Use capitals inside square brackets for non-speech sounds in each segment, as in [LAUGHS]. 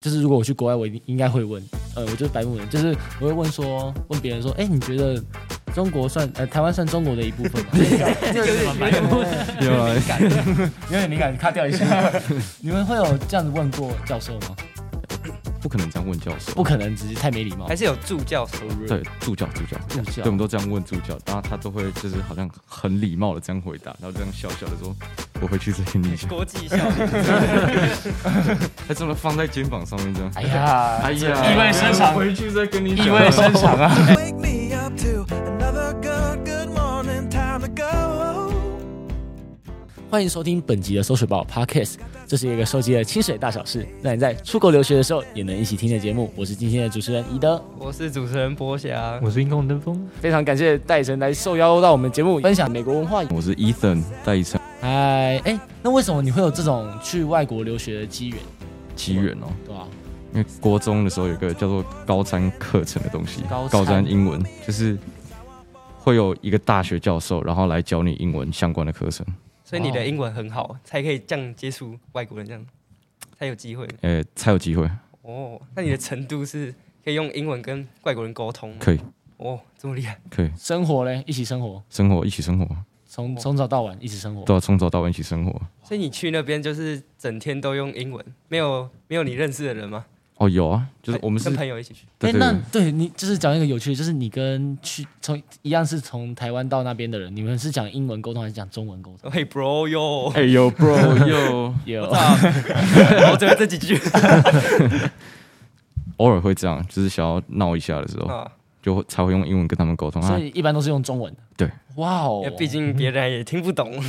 就是如果我去国外，我一定应该会问，呃，我就是白目人，就是我会问说，问别人说，哎、你觉得中国算呃台湾算中国的一部 [LAUGHS] 分吗？有点白目， [LAUGHS] 有啊，有点敏感，咔掉一下。 [LAUGHS] 你们会有这样子问过教授吗？不可能这样问教授，不可能，直接太没礼貌还。是有助教授。哦对助教助教，助教对我们都这样问助教，然后他都会就是好像很礼貌的这样回答，然后这样笑笑的说，我回去再跟你讲，国际校友他真的放在肩膀上面这样，哎呀，哎呀，意味深长我回去再跟你讲，意味深长啊！ Wake me up to another good, good morning, time to go. 欢迎收听本集的《搜水报》Podcast，这是一个收集了清水大小事，让你在出国留学的时候也能一起听的节目。我是今天的主持人宜德，我是主持人波翔，我是音控登峰，非常感谢戴神来受邀到我们节目分享美国文化。我是 Ethan 戴一成嗨，哎，那为什么你会有这种去外国留学的机缘？机缘哦，对吧、因为国中的时候有一个叫做高瞻课程的东西，高瞻英文就是会有一个大学教授，然后来教你英文相关的课程。所以你的英文很好，才可以这样接触外国人，这样才有机会。呃，才有机会哦，那你的程度是可以用英文跟外国人沟通吗？可以哦，这么厉害，可以生活嘞，一起生活，生活一起生活，从从早到晚一起生活。都要从早到晚一起生活。所以你去那边就是整天都用英文，没有没有你认识的人吗？哦，有啊，就是我们是跟朋友一起去，哎、对对那对，对你就是讲一个有趣的，就是你跟去从一样是从台湾到那边的人，你们是讲英文沟通还是讲中文沟通？喂 bro 哟，哎呦 [LAUGHS] bro 又有啊我只会这几句偶尔会这样，就是想要闹一下的时候，啊，就会才会用英文跟他们沟通嗯所啊。以一般都是用中文的。对，哇哦因为，毕竟别人也听不懂。哇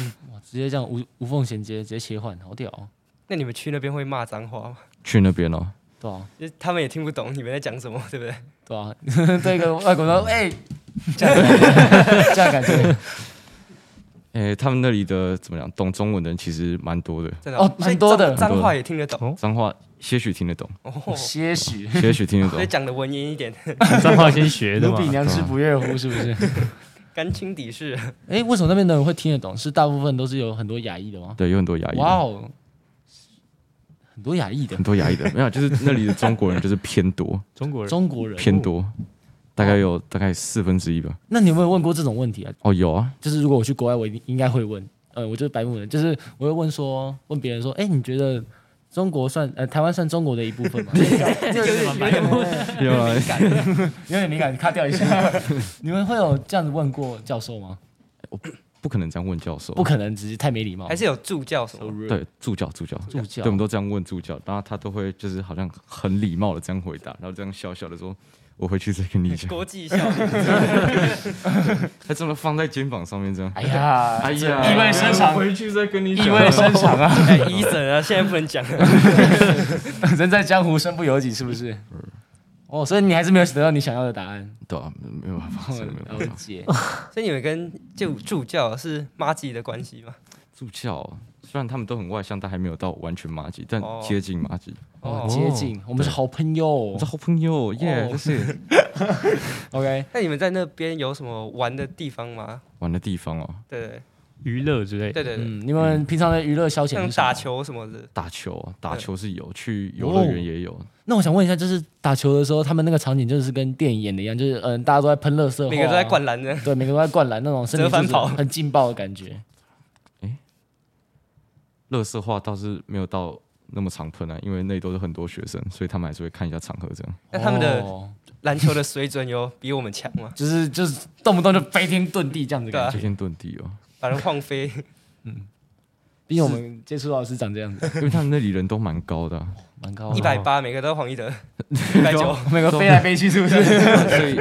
直接这样无无缝衔接，直接切换，好屌、哦，那你们去那边会骂脏话吗？去那边哦，对啊，就是他们也听不懂你们在讲什么， [LAUGHS] 对不对？对啊， [LAUGHS] 对一个外国人 [LAUGHS] 说，哎、这样感觉这样感 [LAUGHS] 觉，哎，他们那里的怎么讲，懂中文的人其实蛮多的，真的哦蛮多的所以脏脏话也听得懂脏话些许听得懂，哦，所些许。些许听得 [LAUGHS] 以懂。讲的文言一点，脏话先学的奴嘛婢。娘啊吃不悦乎，是不是？干清底是哎、为什么那边的人会听得懂？是大部分都是有很多亚裔的吗？对，有很多牙医。哇哦，很多亚裔的很多牙医的，没有，就是那里的中国人就是 [LAUGHS] 偏多，中国人中国人偏多，大概有大概四分之一吧。那你有没有问过这种问题啊？哦，[LAUGHS] 有啊，就是如果我去国外，我一定应该会问，呃，我就是白目人，就是我会问说，问别人说，哎、你觉得中国算呃台湾算中国的一部分吗？ [LAUGHS] 有啊，有点敏感，咔掉一下。 [LAUGHS] 你们会有这样子问过教授吗？不可能这样问教授，不可能，直接太没礼貌。还是有助教什么？对助教助教，助教对，我们都这样问助教，然后他都会就是好像很礼貌的这样回答，然后这样笑笑的说。我回去再跟你 [LAUGHS] 讲，国际校友他真的放在肩膀上面这样，哎 [LAUGHS] 呀，哎呀，意味深长我回去再跟你讲，意味深长啊！哎，医生啊， [LAUGHS] 现在不能讲， [LAUGHS] 人在江湖身不由己，是不是？哦，所以你还是没有得到你想要的答案。对啊，没有办法，真的没有嗯办了法。解。所以你们跟就助教是妈吉的关系吗？助教虽然他们都很外向，但还没有到完全麻吉，但哦接近麻吉。哦，接近，我们是好朋我友们是。好朋友耶，哦但是 OK，那你们在那边有什么玩的地方吗？玩的地方哦，对对娱乐之类的，对对对，嗯，你们平常的娱乐消遣是什像么打。球什么的，打球啊，打 [LAUGHS] 对哦球是有，去游乐园也有，那我想问一下，就是打球的时候，他们那个场景就是跟电影演的一样，就是嗯、哦大家都在喷乐色，每个都在，灌篮的，对，每个都在灌篮那种，身体折返就是跑很劲爆的感觉。乐色化倒是没有到那么常喷啊，因为那里都是很多学生，所以他们还是会看一下场合这样。 [LAUGHS] 那他们的哦篮球的水准有比我们强吗？就是就是动不动就飞天遁地这样子的对感啊觉。飞天遁地 [LAUGHS] 哦，把人晃飞，毕竟我们接触到的是长这样子，因为他们那里人都蛮高的啊、蛮高一的，百八，每个都黄一 [LAUGHS] 德，一百九，每个飞来飞去是不 [LAUGHS] 是？所以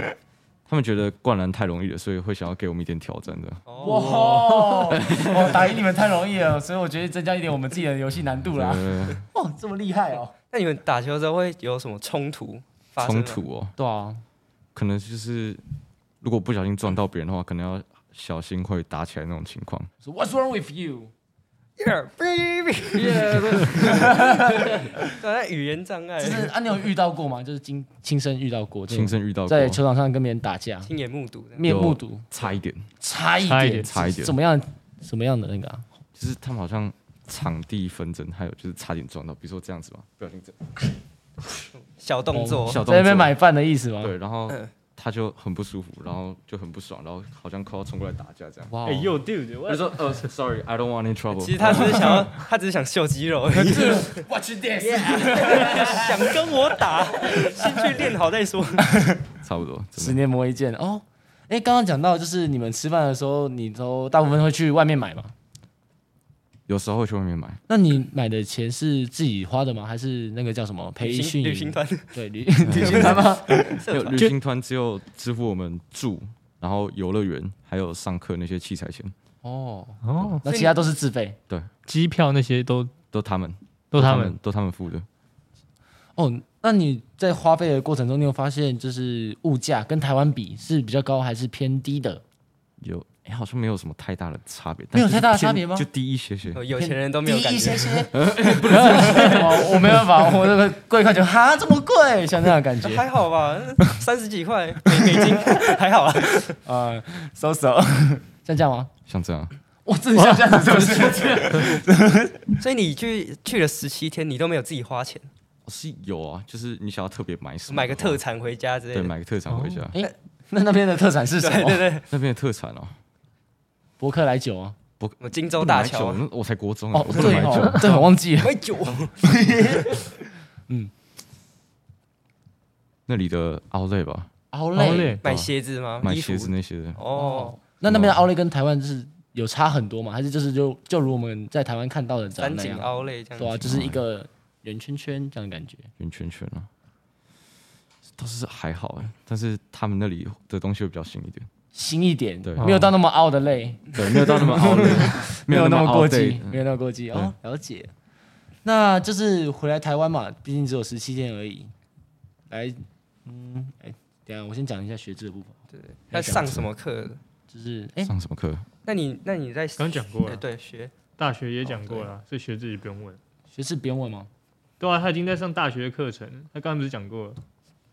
他们觉得灌篮太容易了，所以会想要给我们一点 [LAUGHS] 挑战的。 [LAUGHS] 哇，哦，打赢你们太容易了，所以我觉得增加一点我们自己的游戏难度啦。呃，哇，这么厉害哦！那你们打球的时候会有什么冲突发生冲吗？突哦，对啊，可能就是如果不小心撞到别人的话，可能要小心会打起来那种情况。说 What's wrong with you？ Yeah, baby，对啊，语言障碍就，是啊，你有遇到过吗？就是亲亲身遇到过嗯这种，哎亲身遇到过，在球场上跟别人打架，亲眼目睹的。面目睹，差一点，差一差一点，点差一点怎么样？什么样的那个啊？就是他们好像场地纷争，还有就是差点撞到，比如说这样子嘛，不小心这样，小动作，小动作在那边买饭的意思哦吗？对，然后嗯他就很不舒服，然后就很不爽，然后好像快要冲过来打架这样。哇哦，哎呦，dude，我就说呃，sorry, I don't want any trouble。其实他只是想要，他只是想秀肌肉而已， ，Watch this！想跟我打，先去练好再说。差不多，十真的年磨一剑哦。哎，刚刚讲到就是你们吃饭的时候，你都大部分会去外面买嘛？有时候会去外面买。那你买的钱是自己花的吗？还是那个叫什么培旅训行旅行团，对 [LAUGHS] 旅旅行团吗？没有旅就行团只有支付我们住，然后游乐园还有上课那些器材钱，哦，哦，那其他都是自费机票那些都都他们，都他们，都他们付的。哦。那你在花费的过程中，你有发现就是物价跟台湾比是比较高还是偏低的？有，哎、好像没有什么太大的差别，没有但是太大的偏差别吗就低一些些。 [LAUGHS] 有钱人都没有感觉，些， [LAUGHS] 不能我我没办法，我那个贵块就哈这么贵，像那样的感 [LAUGHS] 觉。还好吧，三十几块美美金， [LAUGHS] 还好啊。呃，so so，像这样吗？像这样，哦我真的像这样子，是不是？所以你去去了十七天，你都没有自己花钱，是有啊，就是你想要特别买什么，买个特，产回家之类对，的。买个特产回家。哦那那边的特产是什对么？对对，那边的特产哦、伯克莱酒啊。我们荆州不能大买桥酒，那我才国中、啊，哦，我不能对买酒。哦，对，我忘记了。卖酒，那里的 Outlet 吧，奥好累，买鞋子吗？买哦衣服鞋子那些的，哦，那那边的奥莱跟台湾就是有差很多嘛？还是就是就就如我们在台湾看到的长三那井样？奥莱这对啊，样子。就是一个圆圈圈这样的感觉。圆圈圈啊，倒是还好哎、但是他们那里的东西会比较新一点，新一点，对没有到那么奥的累，对，没 [LAUGHS] 有到那么 Outlet，没有那么过 outdated，激，没有那么过激哦。了解。那就是回来台湾嘛，毕竟只有十七天而已。来，嗯，哎，等一下我先讲一下学制的部分，要上什么课？就是哎，上什么课？那你那你在刚讲过啊对了，对学哦大学也讲过了，所以学自己不用问。学制不用问吗？对啊，他已经在上大学的课程，他刚刚不是讲过了？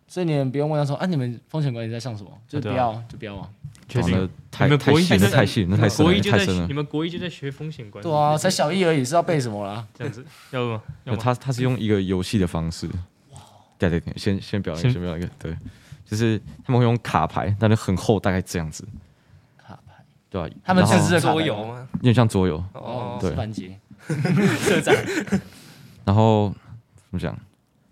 所以你们不用问他说啊，你们风险管理在上什么？就不要，就不要啊。确讲定的太你们太国一细就了，在太细了，那太深国了，一那就太在深了你。们国一就在学风险管理，对啊，才小一而已，是要背什么啦？这样子，要不吗？那要吗？他他是用一个游戏的方式，对对对，先先表演，先先表演一个，对，就是他们会用卡牌，但是很厚，大概这样子，卡牌，对吧、他们然后设置的卡牌桌吗游吗？有点像桌游，哦哦，，对是班级。然后怎么讲，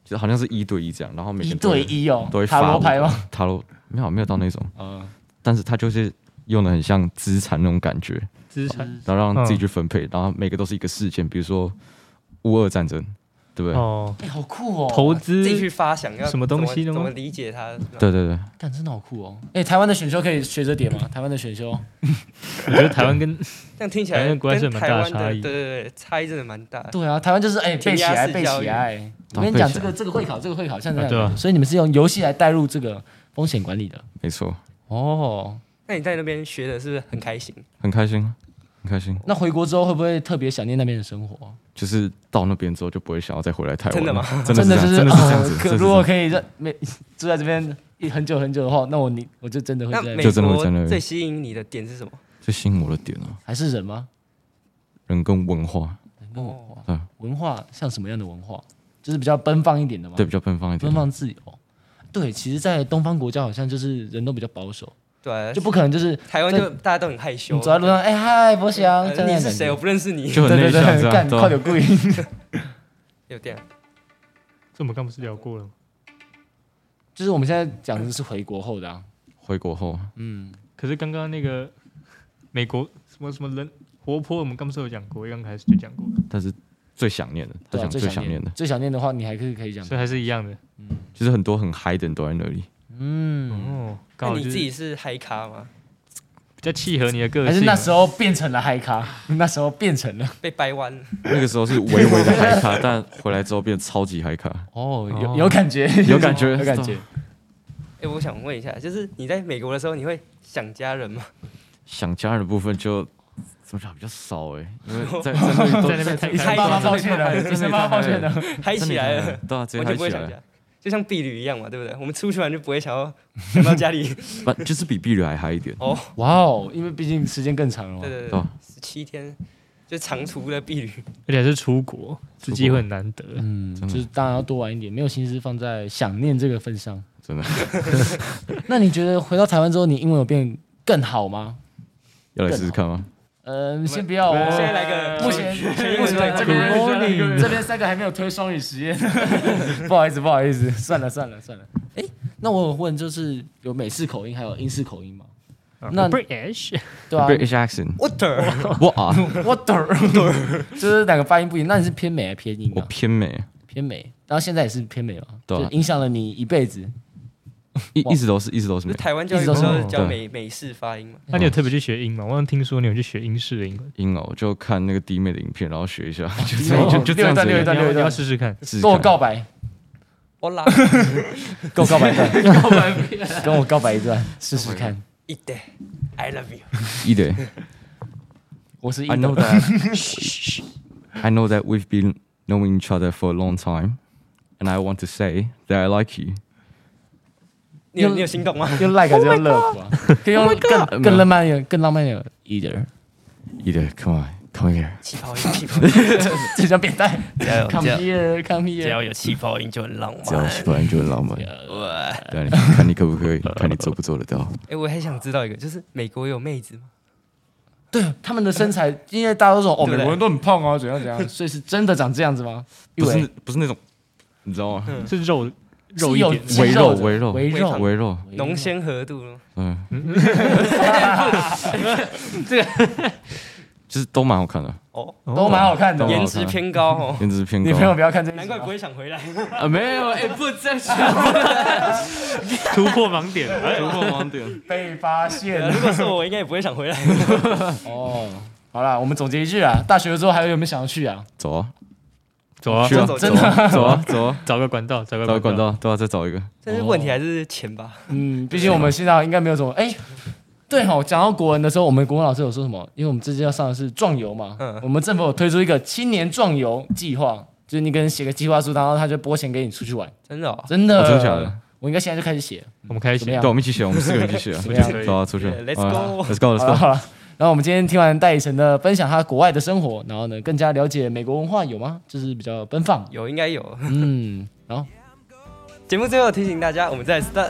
就是好像是一对一这样，然后每个一人都会对一哦都会，塔发罗五牌吗？个塔罗没有没有到那种，嗯，但是他就是用的很像资产那种感觉，资产然后让自己去分配，然后每个都是一个事件，比如说乌俄战争，对不对？哦，哎，好酷哦！投资自己去发想要什么东西怎么呢怎么理解它？是吧对对对，干真的好酷哦！哎，台湾的选修可以学这点吗？台湾的选修我觉得台湾跟这样听起台来哎湾果然是跟有蛮台大的湾的差对异对对差异真的蛮大 [LAUGHS] 的。对啊，台湾就是哎背填起鸭来式背教起育来。我啊跟你讲，背起这来个这个会考，这个会考，像这样啊对啊的，所以你们是用游戏来带入这个风险管理的没错，哦。那你在那边学的是不是很开心？很开心，很开心。那回国之后会不会特别想念那边的生活啊？就是到那边之后就不会想要再回来台湾。真的吗？真的就是这样，是真的是这样哦子。可真的是如这果样可以在没住在这边一很久很久的话，那我你我就真的会那在美就真的会在那国边最吸引你的点是什么？最吸引我的点啊，还是人吗？人跟文化，人跟文化，嗯哦文化像什么样的文化？就是比较奔放一点的嘛。对，比较奔放一点奔。放自由。对，其实，在东方国家好像就是人都比较保守，对啊，就不可能哎就是台湾在就大家都很害羞你。走在路上，哎嗨，博翔，呃这样的你感是谁？觉我不认识你。就很对对内向这对，样，干对快啊点故意。有点啊这我们刚不是聊过了吗？ [LAUGHS] 就是我们现在讲的是回国后的啊，回国后，嗯，可是刚刚那个美国什么什么人活泼，我们刚不是有讲过，一刚开始就讲过，但是最想念的，他对啊讲最最想念念的，最想念的话，你还可以可以讲。所以还是一样的。就是很多很嗨的人都在那里。嗯，哦，刚那好你就自是己是嗨咖吗？比较契合你的个性。还啊是那时候变成了嗨咖， [LAUGHS] 那时候变成了被掰弯了，那个时候是微微的嗨咖，但回来之后变超级嗨咖，哦，有哦有感觉，有感 [LAUGHS] 觉有感觉。哎，我想问一下，就是你在美国的时候，你会想家人吗？想家人的部分就怎么讲比较少哎，因为 [LAUGHS] 在在那里都在那边太医生开爸爸心，抱歉了，医生爸爸抱歉了。 [LAUGHS] 嗨起来了，，对啊，直接 [LAUGHS] 完嗨全不起会想来，家，就像婢女一样嘛，对不对？我们出去玩就不会想要想到家里。不就是比碧绿还嗨一点，哦，哇哦，因为毕竟时间更长了嘛对。对对对啊，十七天，就长途的避旅，而且还是出国，出这机国会很难得。嗯，真的就是当然要多玩一点，没有心思放在想念这个份上。真的 [LAUGHS] 那你觉得回到台湾之后，你英文有变更好吗？要来试试看吗？嗯，先不要哦，现在来个目前目前这全英文边全英文这边三个还没有推双语实验，不好意思，不好意思，算了算了算了。哎，那我有问，就是有美式口音还有英式口音吗？那啊 British 对啊，[LAUGHS]，British accent， water，我啊，我懂儿，就是两个发音不一样。那你是偏美还是偏英我啊？偏美，偏美，然后现在也是偏美嘛，对啊就影响了你一辈子。一哇一直都是，一直都是就美是。台湾教育一直都不是是要教对美美式发音嘛？那你有特别去学英吗？我好像听说你有去学英式的英文，英哦，就看那个弟妹的影片，然后学一下，就弟这妹样哦就就这样子六一而段你六一段要你要试试看。已，跟我告告白，我拉跟我告白一段，跟我告白一段，试试看。一 day I love you，一点。我是一 I know 的， that [LAUGHS] I know that we've been knowing each other for a long time, and I want to say that I like you. 你有又你有心 [LAUGHS] 动吗？用 like 还是用 love 啊？可以用更更浪漫一点，更浪漫一点，either， Either, come on, come here. 气泡音，气泡音，这叫变态。加油 Come here, come here。有气泡音就很浪只要。喜欢就很浪漫，哇对啊，你看你可不可以，看你做不做得到。哎，我还想知道一个，就是美国有妹子吗？他们的身材，因为大家都说哦，对不对美国人都很胖啊，怎样怎 [LAUGHS] 样，所以是真的长这样子吗？不是以那为不是那种，你知道吗？是肉肉是一有点，肌微肉的微肉微肉哎微肉，浓鲜合度吗？嗯，就是都蛮好看的，哦，都蛮好看的哦。颜值偏高哦，颜值偏女朋友高。不要看这一集难怪不会想回来。啊，没有，哎，不这样想，突破盲点。 [LAUGHS] 哎突破盲点。被发现了 [LAUGHS] 如果是我，我应该也不会想回来。哦，好啦，我们总结一句啊，大学之后还有没有想要去 [LAUGHS] 啊？走啊，走啊去，啊，走走啊，走啊，走啊，找个管道，找找个个管道。道，对啊，再找一个。但是问题还是钱吧。嗯，毕竟我们现在应该没有什么哎。对吼，讲到国文的时候，我们国文老师有说什么？因为我们最近要上的是壮游嘛，嗯我们政府有推出一个青年壮游计划，就是你跟人写个计划书，然后他就拨钱给你出去玩，真的哦真的，哦真的假的？我应该现在就开始写，我们开始怎么，样对，我们一起写，我们四个人一起 [LAUGHS] 写怎么样啊，走啊，出去 Yeah，let's 啊 go ，Let's go，Let's 好了 go。好了。然后我们今天听完戴以晨的分享，他国外的生活，然后呢，更加了解美国文化有吗？就是比较奔 [LAUGHS] 放，有应该有。嗯，然后节目最后提醒大家，我们在 Sta-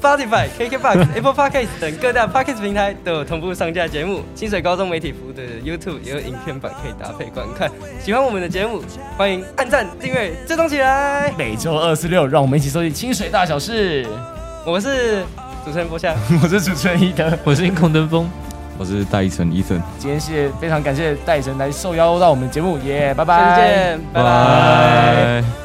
Spotify、KKBox、Apple Podcast 等各大 Podcast 平台都有同步上架节目。清水高中媒体服务队的 YouTube 也有影片版可以搭配观看。喜欢我们的节目，欢迎按赞、订阅、追踪起来。每周二四六，让我们一起收集清水大小事。我是主持人博夏，我是主持人一德，我是音控登峰。我是戴一晨，Ethan。今天是非常感谢戴神来受邀到我们节目，耶、拜下次拜。见，拜拜。拜。